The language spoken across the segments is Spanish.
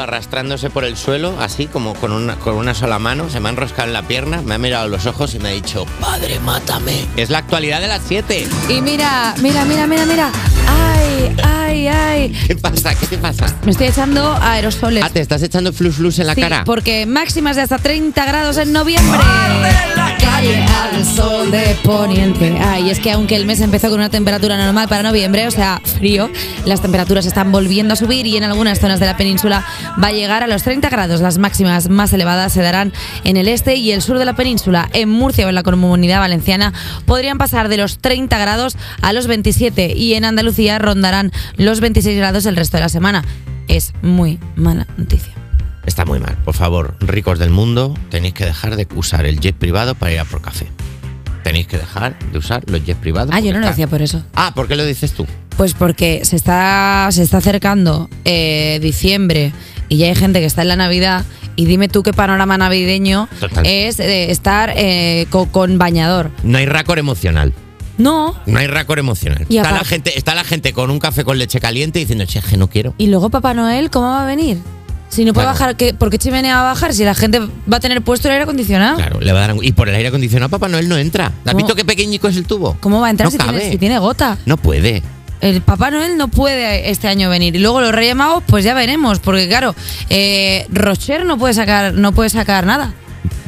arrastrándose por el suelo, así como con una, con una sola mano, se me ha enroscado en la pierna, me ha mirado a los ojos y me ha dicho, padre, mátame. Es la actualidad de las 7. Y mira, mira, mira, mira, mira. Ay, ay, ay. ¿Qué pasa? ¿Qué te pasa? Me estoy echando aerosoles. Ah, te estás echando flus flus en la Sí, cara. Porque máximas de hasta 30 grados en noviembre. Calle al sol de poniente. Ay, es que aunque el mes empezó con una temperatura normal para noviembre, o sea, frío, las temperaturas están volviendo a subir y en algunas zonas de la península va a llegar a los 30 grados. Las máximas más elevadas se darán en el este y el sur de la península. En Murcia o en la comunidad valenciana podrían pasar de los 30 grados a los 27 y en Andalucía rondarán los 26 grados el resto de la semana. Es muy mala noticia. Está muy mal. Por favor, ricos del mundo, tenéis que dejar de usar el jet privado para ir a por café. Tenéis que dejar de usar los jets privados. Ah, yo porque no lo está- decía por eso. Ah, ¿por qué lo dices tú? Pues porque se está, se está acercando eh, diciembre y ya hay gente que está en la Navidad. Y dime tú qué panorama navideño Total. es eh, estar eh, co- con, bañador. No hay racor emocional. No. No hay racor emocional. Y Está la, aparte- gente, está la gente con un café con leche caliente diciendo, che, es que no quiero. Y luego Papá Noel, ¿cómo va a venir? Si no puede Claro. bajar, ¿qué, ¿por qué chimenea va a bajar? Si la gente va a tener puesto el aire acondicionado. Claro, le va a dar un- Y por el aire acondicionado, Papá Noel no entra. ¿Has No. visto qué pequeñico es el tubo? ¿Cómo va a entrar No si, cabe. tiene, si tiene gota? No puede. El Papá Noel no puede este año venir. Y luego los Reyes Magos, pues ya veremos, porque claro, eh, Rocher no puede sacar, no puede sacar nada.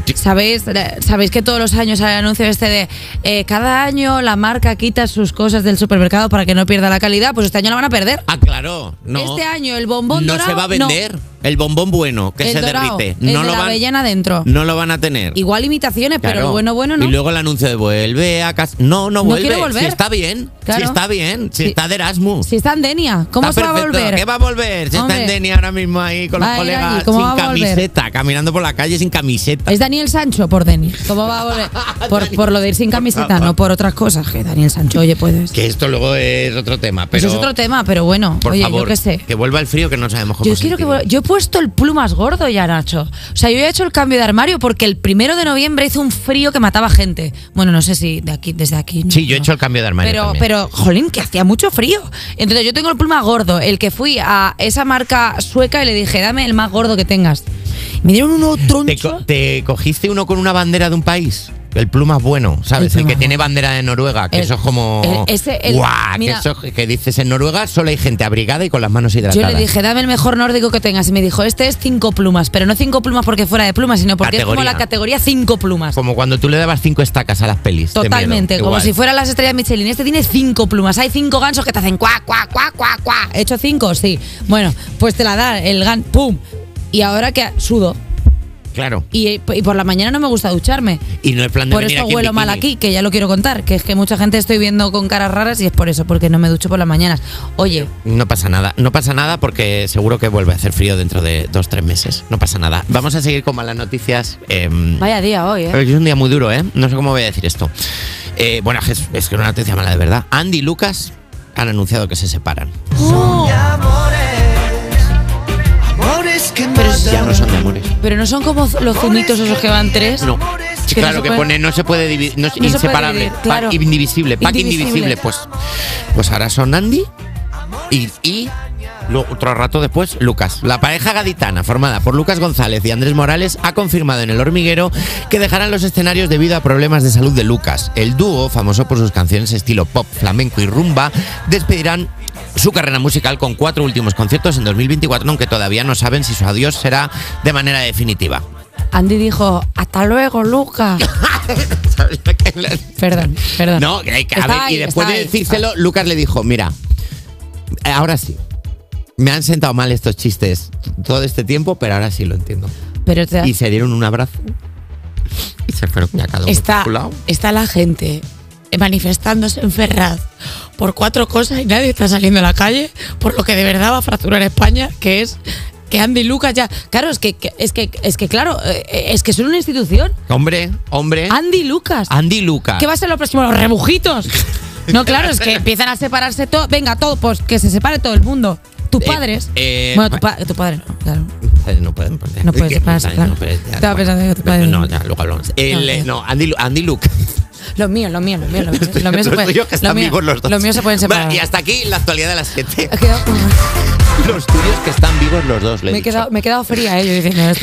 Sí. ¿Sabéis, la- Sabéis que todos los años hay el anuncio este de eh, cada año la marca quita sus cosas del supermercado para que no pierda la calidad, pues este año la van a perder. Ah, claro. No. Este año el bombón no dorado, se va a no. vender. El bombón bueno que El se dorado, derrite. el No de lo, la van, avellana dentro. no lo van a tener. Igual imitaciones, pero Claro. lo bueno, bueno, no. Y luego el anuncio de vuelve a casa. No, no No vuelve. quiere volver. Si está bien. Claro. Si está bien. Si Sí. está de Erasmus. Si está en Denia, ¿cómo Está se va a perfecto. volver? ¿Qué va a volver? Si está Hombre. en Denia ahora mismo ahí con Va los a ir colegas allí, ¿cómo sin va a volver? camiseta, caminando por la calle sin camiseta. Es Daniel Sancho por Deni. ¿Cómo va a volver? Por, por lo de ir sin camiseta, favor. no por otras cosas. Que Daniel Sancho, oye, puedes. Que esto luego es otro tema. Pero Eso es otro tema, pero bueno, Por oye, favor, yo qué sé. que vuelva el frío que no sabemos cómo Yo quiero que sentirlo. vuel- yo he puesto el plumas gordo ya, Nacho. O sea, yo ya he hecho el cambio de armario porque el primero de noviembre hizo un frío que mataba gente. Bueno, no sé si de aquí, desde aquí. no, Sí, yo he no. hecho el cambio de armario. Pero, también. pero, jolín, que hacía mucho frío. Entonces yo tengo el pluma gordo, el que fui a esa marca sueca y le dije, dame el más gordo que tengas. Me dieron uno ¿Te, troncho. co- te cogiste uno con una bandera de un país? El plumas bueno, ¿sabes? El El, que plumas tiene bandera de Noruega, que El- eso es como. el- ese- el- ¡Guau! que mira. eso es- que, dices en Noruega solo hay gente abrigada y con las manos Yo hidratadas. le dije, dame el mejor nórdico que tengas. Y me dijo, este es cinco plumas, pero no cinco plumas porque fuera de plumas, sino porque es como Categoría. la categoría cinco plumas. Como cuando tú le dabas cinco estacas a las pelis. de Totalmente, miedo. como Igual. si fueran las estrellas Michelin. Este tiene cinco plumas. Hay cinco gansos que te hacen cuá, cuá, cuá, cuá, cuá. ¿He hecho cinco? Sí. Bueno, pues te la da el gan, pum. Y ahora que sudo. Claro. Y, eh, y por la mañana no me gusta ducharme. Y no es plan de Por venir eso aquí en huelo mal bikini. aquí, que ya lo quiero contar, que es que mucha gente estoy viendo con caras raras y es por eso, porque no me ducho por las mañanas. Oye, No pasa nada, no pasa nada porque seguro que vuelve a hacer frío dentro de dos, tres meses. No pasa nada. Vamos a seguir con malas noticias. em, vaya día hoy, ¿eh? Es un día muy duro, ¿eh? No sé cómo voy a decir esto. Eh, bueno, es, es que una noticia mala de verdad. Andy y Lucas han anunciado que se separan. ¡Oh! Pero si ya no son de amores. Pero no son como los zumitos esos que van tres. No. Es que no claro, se que puede- pone no se puede dividir, no es No se puede inseparable, dividir, pack claro. indivisible, pack Indivisible. indivisible. Pues, pues ahora son Andy y, y lo- otro rato después Lucas. La pareja gaditana formada por Lucas González y Andrés Morales ha confirmado en El Hormiguero que dejarán los escenarios debido a problemas de salud de Lucas. El dúo, famoso por sus canciones estilo pop, flamenco y rumba, despedirán su carrera musical con cuatro últimos conciertos en 2024, aunque todavía no saben si su adiós será de manera definitiva. Andy dijo, hasta luego, Luca. Sabía que la- Perdón, perdón. No, que hay que- a Está ver, ahí, y después está de ahí. decírselo, Lucas le dijo, mira, eh, ahora sí. Me han sentado mal estos chistes todo este tiempo, pero ahora sí lo entiendo. Pero te- Y se dieron un abrazo y se fueron ya cada uno por está, su lado. está la gente manifestándose en Ferraz por cuatro cosas y nadie está saliendo a la calle por lo que de verdad va a fracturar España, que es que Andy y Lucas ya... Claro, es que, que- es que, es que claro, eh, es que son una institución. Hombre, hombre, Andy y Lucas. Andy Lucas. Ah. ¿Qué va a ser lo próximo? Los rebujitos. No, claro, es que empiezan a separarse todo. Venga, todo, pues que se separe todo el mundo. Tus Eh, padres. eh, bueno, tu, pa- tu padre no, claro. Eh, No pueden poner. No Es puedes que- separarse, no, claro. pero ya- Estaba bueno, pensando que tu padre- No, ya, luego hablamos. El, eh, no, Andy, Lu- Andy Lucas. Los míos, los míos, los míos. Los míos, los míos se Los pueden- tuyos que los están míos- vivos los dos. los míos se pueden Bueno, separar. y hasta aquí la actualidad de las 7. Ha quedado como- Los tuyos que están vivos los dos, le he Me he dicho. quedado, me he quedado fría, eh, yo diciendo, esto